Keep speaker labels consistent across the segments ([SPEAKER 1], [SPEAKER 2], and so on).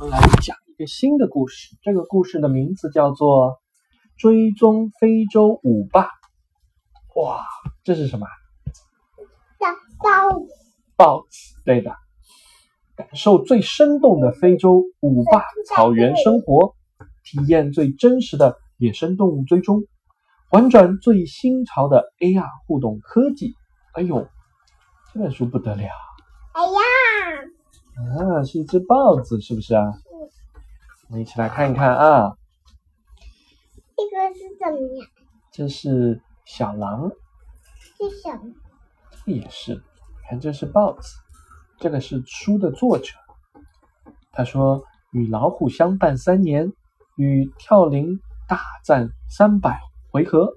[SPEAKER 1] 我们来讲一个新的故事。这个故事的名字叫做《追踪非洲舞霸》。哇，这是什么？
[SPEAKER 2] 大包
[SPEAKER 1] 豹子，对的。感受最生动的非洲舞霸草原生活，体验最真实的野生动物追踪，玩转最新潮的 AR 互动科技。哎呦，这本书不得了
[SPEAKER 2] 哎呀，
[SPEAKER 1] 啊！是一只豹子，是不是啊？我们一起来看一看啊，
[SPEAKER 2] 这个是怎么样？
[SPEAKER 1] 这是小狼，
[SPEAKER 2] 这什么？
[SPEAKER 1] 这也是，看这是豹子，这个是书的作者，他说与老虎相伴三年，与跳羚大战三百回合，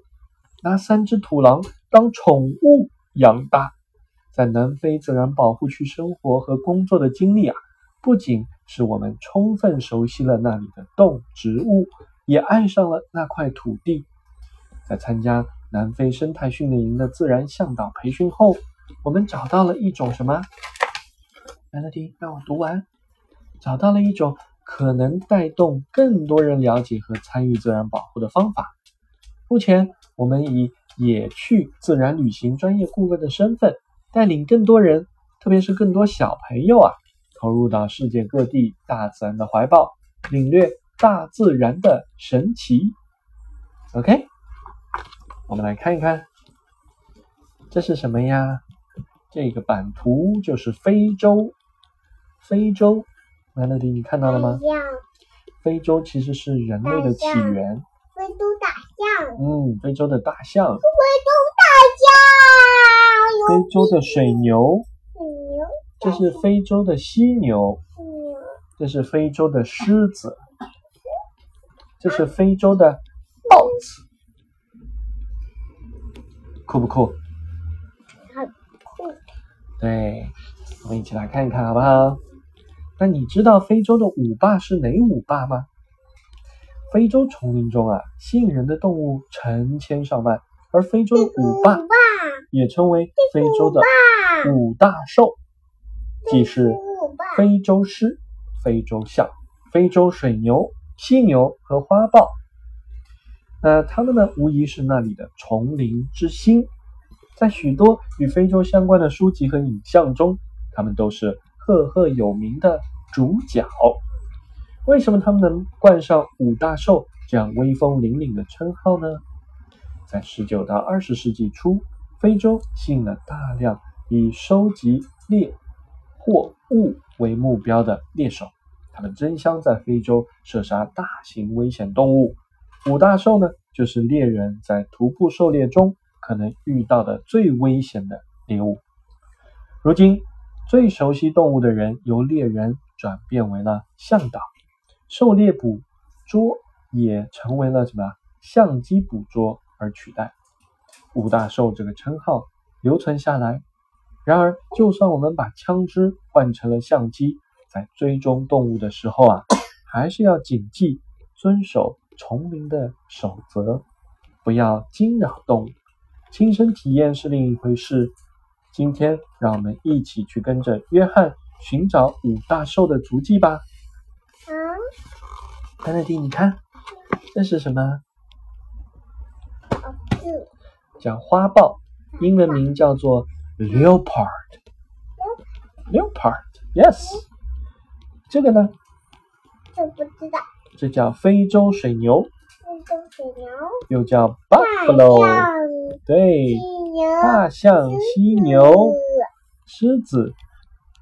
[SPEAKER 1] 拿三只土狼当宠物养大，在南非自然保护区生活和工作的经历啊，不仅使我们充分熟悉了那里的动植物，也爱上了那块土地。在参加南非生态训练营的自然向导培训后，我们找到了一种什么？Melody，让我读完。找到了一种可能带动更多人了解和参与自然保护的方法。目前，我们以野趣自然旅行专业顾问的身份，带领更多人，特别是更多小朋友啊，投入到世界各地大自然的怀抱，领略大自然的神奇。OK，我们来看一看，这是什么呀？这个版图就是非洲，非洲，Melody，你看到了吗？
[SPEAKER 2] 大象，
[SPEAKER 1] 非洲其实是人类的起源，
[SPEAKER 2] 非洲大象，
[SPEAKER 1] 嗯，非洲的大象，非洲
[SPEAKER 2] 非洲大象，
[SPEAKER 1] 的水牛，
[SPEAKER 2] 牛
[SPEAKER 1] 这是非洲的犀牛，
[SPEAKER 2] 牛
[SPEAKER 1] 这是非洲的狮子，这是非洲的豹子，酷不酷？
[SPEAKER 2] 很酷，
[SPEAKER 1] 对，我们一起来看一看好不好？那你知道非洲的舞霸是哪舞霸吗？非洲丛林中啊，吸引人的动物成千上万，而非洲的舞霸
[SPEAKER 2] 爸
[SPEAKER 1] 也称为非洲的
[SPEAKER 2] 爸，
[SPEAKER 1] 五大兽，即嗯是
[SPEAKER 2] 虎爸，
[SPEAKER 1] 非洲狮、非洲象、非洲水牛、犀牛和花豹。那它们呢，无疑是那里的丛林之星。在许多与非洲相关的书籍和影像中，它们都是赫赫有名的主角。为什么它们能冠上“五大兽”这样威风凛凛的称号呢？在19到20世纪初，非洲吸引了大量以收集猎获物
[SPEAKER 2] 嗯
[SPEAKER 1] 为目标的猎手，他们争相在非洲射杀大型危险动物。五大兽呢，就是猎人在徒步狩猎中可能遇到的最危险的猎物。如今，最熟悉动物的人由猎人转变为了向导，狩猎捕捉也成为了什么相机捕捉而取代。五大兽这个称号留存下来。然而，就算我们把枪支换成了相机，在追踪动物的时候啊，还是要谨记遵守丛林的守则，不要惊扰动物。亲身体验是另一回事。今天，让我们一起去跟着约翰寻找五大兽的足迹吧。
[SPEAKER 2] 嗯，
[SPEAKER 1] 丹乐迪，你看，这是什么？
[SPEAKER 2] 好酷，
[SPEAKER 1] 叫花豹，
[SPEAKER 2] 嗯
[SPEAKER 1] 英文名叫做 leopard。leopard，yes。这个呢，
[SPEAKER 2] 这不知道，
[SPEAKER 1] 这叫非洲水牛，
[SPEAKER 2] 非洲水牛，
[SPEAKER 1] 又叫
[SPEAKER 2] 大象，
[SPEAKER 1] buffalo。对
[SPEAKER 2] 犀，牛，
[SPEAKER 1] 大象、犀牛、狮子、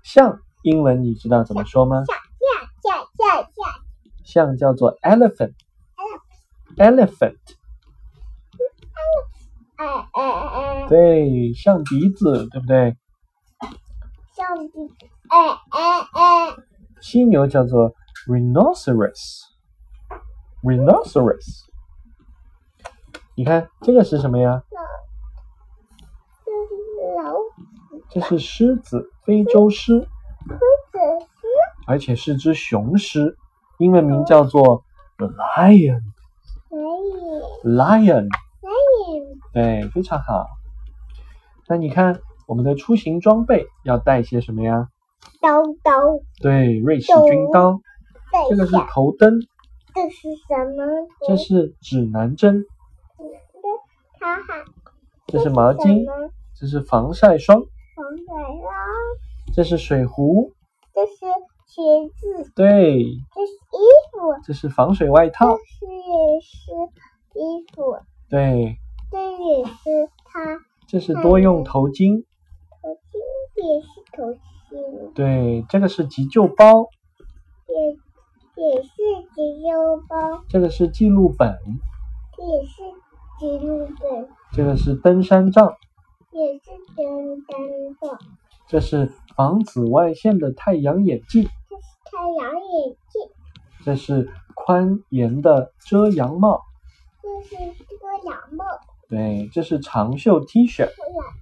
[SPEAKER 1] 象，英文你知道怎么说吗？
[SPEAKER 2] 下下下下
[SPEAKER 1] 象叫做 elephant。elephant，
[SPEAKER 2] 哎哎哎，
[SPEAKER 1] 对，象鼻子，对不对？
[SPEAKER 2] 橡皮，哎哎哎，
[SPEAKER 1] 犀牛叫做 rhinoceros。rhinoceros，你看这个是什么呀？
[SPEAKER 2] 老，
[SPEAKER 1] 这
[SPEAKER 2] 这老
[SPEAKER 1] 是狮子，非洲狮，
[SPEAKER 2] 虎子
[SPEAKER 1] 而且是只雄狮，英文名叫做 lion。
[SPEAKER 2] 可以
[SPEAKER 1] lion，
[SPEAKER 2] 可以，
[SPEAKER 1] 对，非常好。那你看我们的出行装备要带些什么呀？
[SPEAKER 2] 刀刀
[SPEAKER 1] 对，瑞士
[SPEAKER 2] 有
[SPEAKER 1] 军刀、
[SPEAKER 2] 刀等
[SPEAKER 1] 这个
[SPEAKER 2] 一
[SPEAKER 1] 是
[SPEAKER 2] 下，
[SPEAKER 1] 头灯，
[SPEAKER 2] 这是什么图？
[SPEAKER 1] 这是指南针，
[SPEAKER 2] 它还
[SPEAKER 1] 这是毛
[SPEAKER 2] 什
[SPEAKER 1] 巾，
[SPEAKER 2] 么？
[SPEAKER 1] 这是防晒霜，
[SPEAKER 2] 红水啦，
[SPEAKER 1] 这是水壶，
[SPEAKER 2] 这是鞋子，
[SPEAKER 1] 对，
[SPEAKER 2] 这是衣服，
[SPEAKER 1] 这是防水外套
[SPEAKER 2] 这，是也是衣服，
[SPEAKER 1] 对，
[SPEAKER 2] 这也是它，
[SPEAKER 1] 这是多用头巾，
[SPEAKER 2] 头巾也是头巾，
[SPEAKER 1] 对，这个是急救包，
[SPEAKER 2] 也也是急救包，
[SPEAKER 1] 这个是记录本，
[SPEAKER 2] 这也是急救本，
[SPEAKER 1] 这个是登山杖，
[SPEAKER 2] 也是登山杖，
[SPEAKER 1] 这是防紫外线的太阳眼镜，
[SPEAKER 2] 这是太阳眼镜，
[SPEAKER 1] 这是宽檐的遮阳帽，
[SPEAKER 2] 这是遮阳帽，
[SPEAKER 1] 对，这是长袖 T 恤，
[SPEAKER 2] 遮阳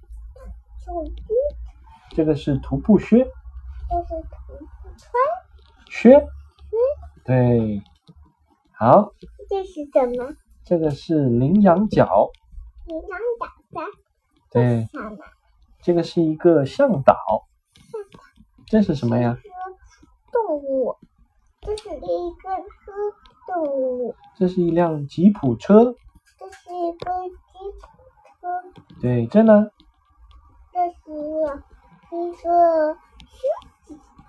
[SPEAKER 2] 手机，
[SPEAKER 1] 这个是徒步靴，
[SPEAKER 2] 这是头穿，
[SPEAKER 1] 靴，对，好，
[SPEAKER 2] 这是什么？
[SPEAKER 1] 这个是羚羊角，
[SPEAKER 2] 你想打的？
[SPEAKER 1] 对，
[SPEAKER 2] 什么？
[SPEAKER 1] 这个是一个向导，这是什么呀？？
[SPEAKER 2] 动物，这是一个是动物，
[SPEAKER 1] 这是一辆吉普车，
[SPEAKER 2] 这是一个机车，
[SPEAKER 1] 对，这呢？
[SPEAKER 2] 这是一个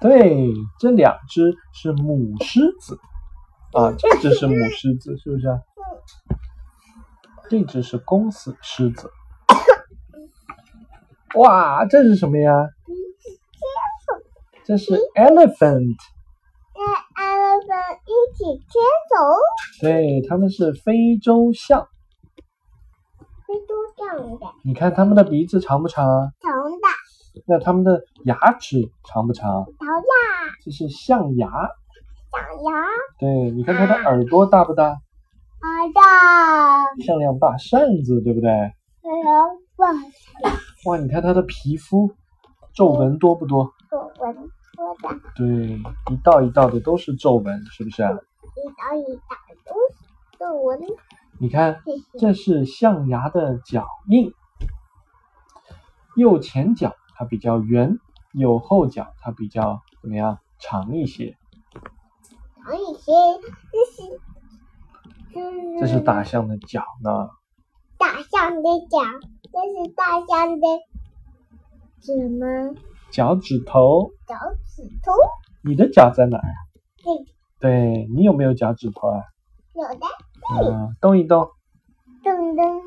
[SPEAKER 1] 对，这两只是母狮子，啊，这只是母狮子，是不是啊？这只是公狮狮子。哇，这是什么呀？这是 elephant，
[SPEAKER 2] 跟 elephant 一起牵手，
[SPEAKER 1] 对，它们是非洲象。
[SPEAKER 2] 非洲象的
[SPEAKER 1] 你看它们的鼻子长不长啊？
[SPEAKER 2] 长的
[SPEAKER 1] 那它们的牙齿长不长？
[SPEAKER 2] 长呀
[SPEAKER 1] 这是象牙。
[SPEAKER 2] 长牙，
[SPEAKER 1] 对，你看它的耳朵大不大？
[SPEAKER 2] 好的，
[SPEAKER 1] 像两把扇子，对不对？
[SPEAKER 2] 然后
[SPEAKER 1] 哇，你看它的皮肤皱纹多不多？
[SPEAKER 2] 我们说的
[SPEAKER 1] 对，一道一道的都是皱纹，是不是啊？
[SPEAKER 2] 一刀一刀都是动物的，
[SPEAKER 1] 你看，
[SPEAKER 2] 这是
[SPEAKER 1] 这是象牙的脚印，右前脚它比较圆，右后脚它比较怎么样长一些？
[SPEAKER 2] 长一些，这是这
[SPEAKER 1] 这是大象的脚呢。
[SPEAKER 2] 大象的脚，这是大象的什么
[SPEAKER 1] 脚趾头，
[SPEAKER 2] 脚趾头？
[SPEAKER 1] 你的脚在哪儿？啊
[SPEAKER 2] 这个
[SPEAKER 1] 对你有没有脚趾头啊？
[SPEAKER 2] 有的
[SPEAKER 1] 嗯，动一动。
[SPEAKER 2] 噔噔，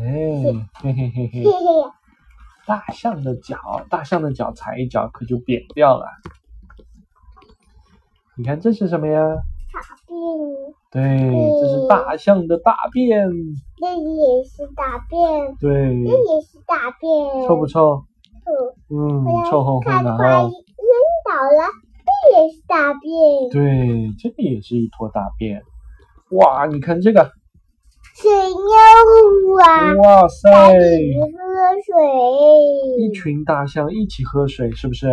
[SPEAKER 1] 哎，嘿嘿嘿嘿
[SPEAKER 2] 嘿。嘿，
[SPEAKER 1] 大象的脚，大象的脚踩一脚可就扁掉了。你看这是什么呀？
[SPEAKER 2] 大便，
[SPEAKER 1] 对，这是大象的大便。
[SPEAKER 2] 这也是大便，
[SPEAKER 1] 对，
[SPEAKER 2] 这也是大便，
[SPEAKER 1] 臭不臭？
[SPEAKER 2] 臭？
[SPEAKER 1] 嗯
[SPEAKER 2] 我，要
[SPEAKER 1] 臭烘
[SPEAKER 2] 哎
[SPEAKER 1] 烘
[SPEAKER 2] 看
[SPEAKER 1] 的啊
[SPEAKER 2] 它
[SPEAKER 1] 哈
[SPEAKER 2] 晕。倒了，这也是大便，
[SPEAKER 1] 对，这个也是一坨大便。哇，你看这个，
[SPEAKER 2] 水牛啊，
[SPEAKER 1] 哇塞，
[SPEAKER 2] 赶紧喝水
[SPEAKER 1] 一，群大象一起喝水，是不是？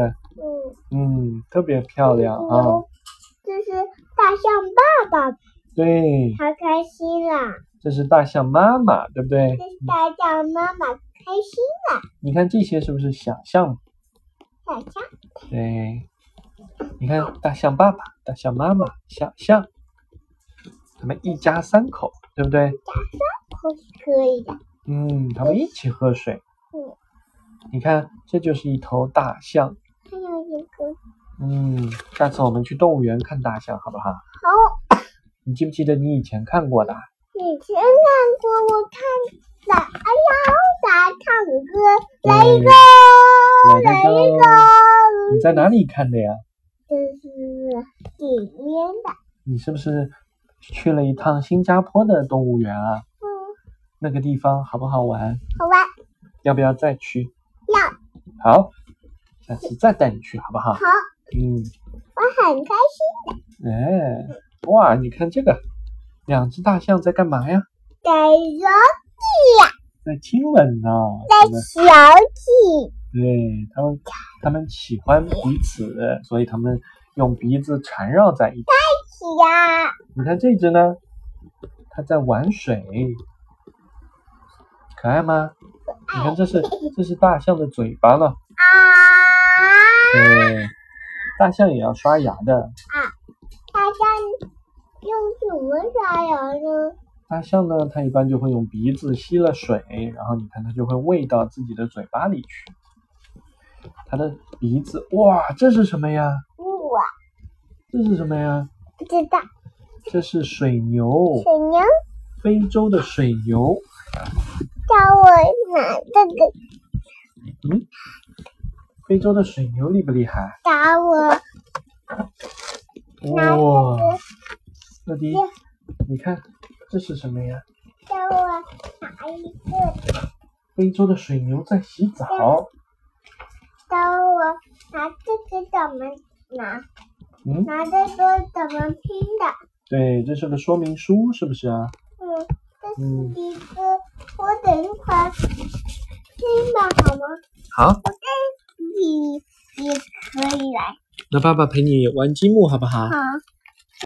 [SPEAKER 2] 嗯，
[SPEAKER 1] 嗯，特别漂亮
[SPEAKER 2] 水
[SPEAKER 1] 啊
[SPEAKER 2] 牛。这是大象爸爸，
[SPEAKER 1] 对，
[SPEAKER 2] 他开心啦、
[SPEAKER 1] 这是大象妈妈，对不对？
[SPEAKER 2] 这是大象妈妈开心
[SPEAKER 1] 你看这些是不是想象
[SPEAKER 2] 大象，
[SPEAKER 1] 对，你看大象爸爸、大象妈妈、小象，他们一家三口，对不对？
[SPEAKER 2] 可是可以的。
[SPEAKER 1] 嗯，他们一起喝水。
[SPEAKER 2] 嗯，
[SPEAKER 1] 你看，这就是一头大象。
[SPEAKER 2] 还有一个
[SPEAKER 1] 嗯，下次我们去动物园看大象，好不好？
[SPEAKER 2] 好，
[SPEAKER 1] 你记不记得你以前看过的啊？
[SPEAKER 2] 以前看过，我看打，哎呀，打唱歌，来一个，
[SPEAKER 1] 来
[SPEAKER 2] 来
[SPEAKER 1] 一个
[SPEAKER 2] 一个。
[SPEAKER 1] 你在哪里看的呀？
[SPEAKER 2] 这是里面的，
[SPEAKER 1] 你是不是去了一趟新加坡的动物园啊？
[SPEAKER 2] 嗯，
[SPEAKER 1] 那个地方好不好玩？
[SPEAKER 2] 好玩，
[SPEAKER 1] 要不要再去？
[SPEAKER 2] 要
[SPEAKER 1] 好，下次再带你去，好不好？
[SPEAKER 2] 好，
[SPEAKER 1] 嗯。
[SPEAKER 2] 我很开心
[SPEAKER 1] 哎，哇，你看这个，两只大象在干嘛呀？
[SPEAKER 2] 逮着
[SPEAKER 1] 在亲吻呢、它们
[SPEAKER 2] 小鸡，
[SPEAKER 1] 对，它们它们喜欢彼此，所以它们用鼻子缠绕在一起。
[SPEAKER 2] 是呀，
[SPEAKER 1] 你看这只呢，它在玩水，可爱吗？你看这是这是大象的嘴巴了，
[SPEAKER 2] 啊，
[SPEAKER 1] 对，大象也要刷牙的。
[SPEAKER 2] 大大家用什么刷牙呢？
[SPEAKER 1] 大象呢，它一般就会用鼻子吸了水，然后你看它就会喂到自己的嘴巴里去。它的鼻子，哇，这是什么呀？
[SPEAKER 2] 我
[SPEAKER 1] 这是什么呀？
[SPEAKER 2] 不知道，
[SPEAKER 1] 这是水牛，
[SPEAKER 2] 水牛
[SPEAKER 1] 非洲的水牛。
[SPEAKER 2] 叫我拿这个，
[SPEAKER 1] 嗯，非洲的水牛厉不厉害？
[SPEAKER 2] 打我拿这
[SPEAKER 1] 哇
[SPEAKER 2] 个，，
[SPEAKER 1] 乐迪，你看这是什么呀？
[SPEAKER 2] 叫我拿一个，
[SPEAKER 1] 非洲的水牛在洗澡。
[SPEAKER 2] 叫我拿这个怎么拿？
[SPEAKER 1] 嗯，
[SPEAKER 2] 拿这个怎么拼的？
[SPEAKER 1] 对，这是个说明书，是不是啊？
[SPEAKER 2] 嗯，这是
[SPEAKER 1] 嗯
[SPEAKER 2] 一个，我等一会儿拼吧，好吗？
[SPEAKER 1] 好，
[SPEAKER 2] 你也可以来，
[SPEAKER 1] 那爸爸陪你玩积木好不好
[SPEAKER 2] 好。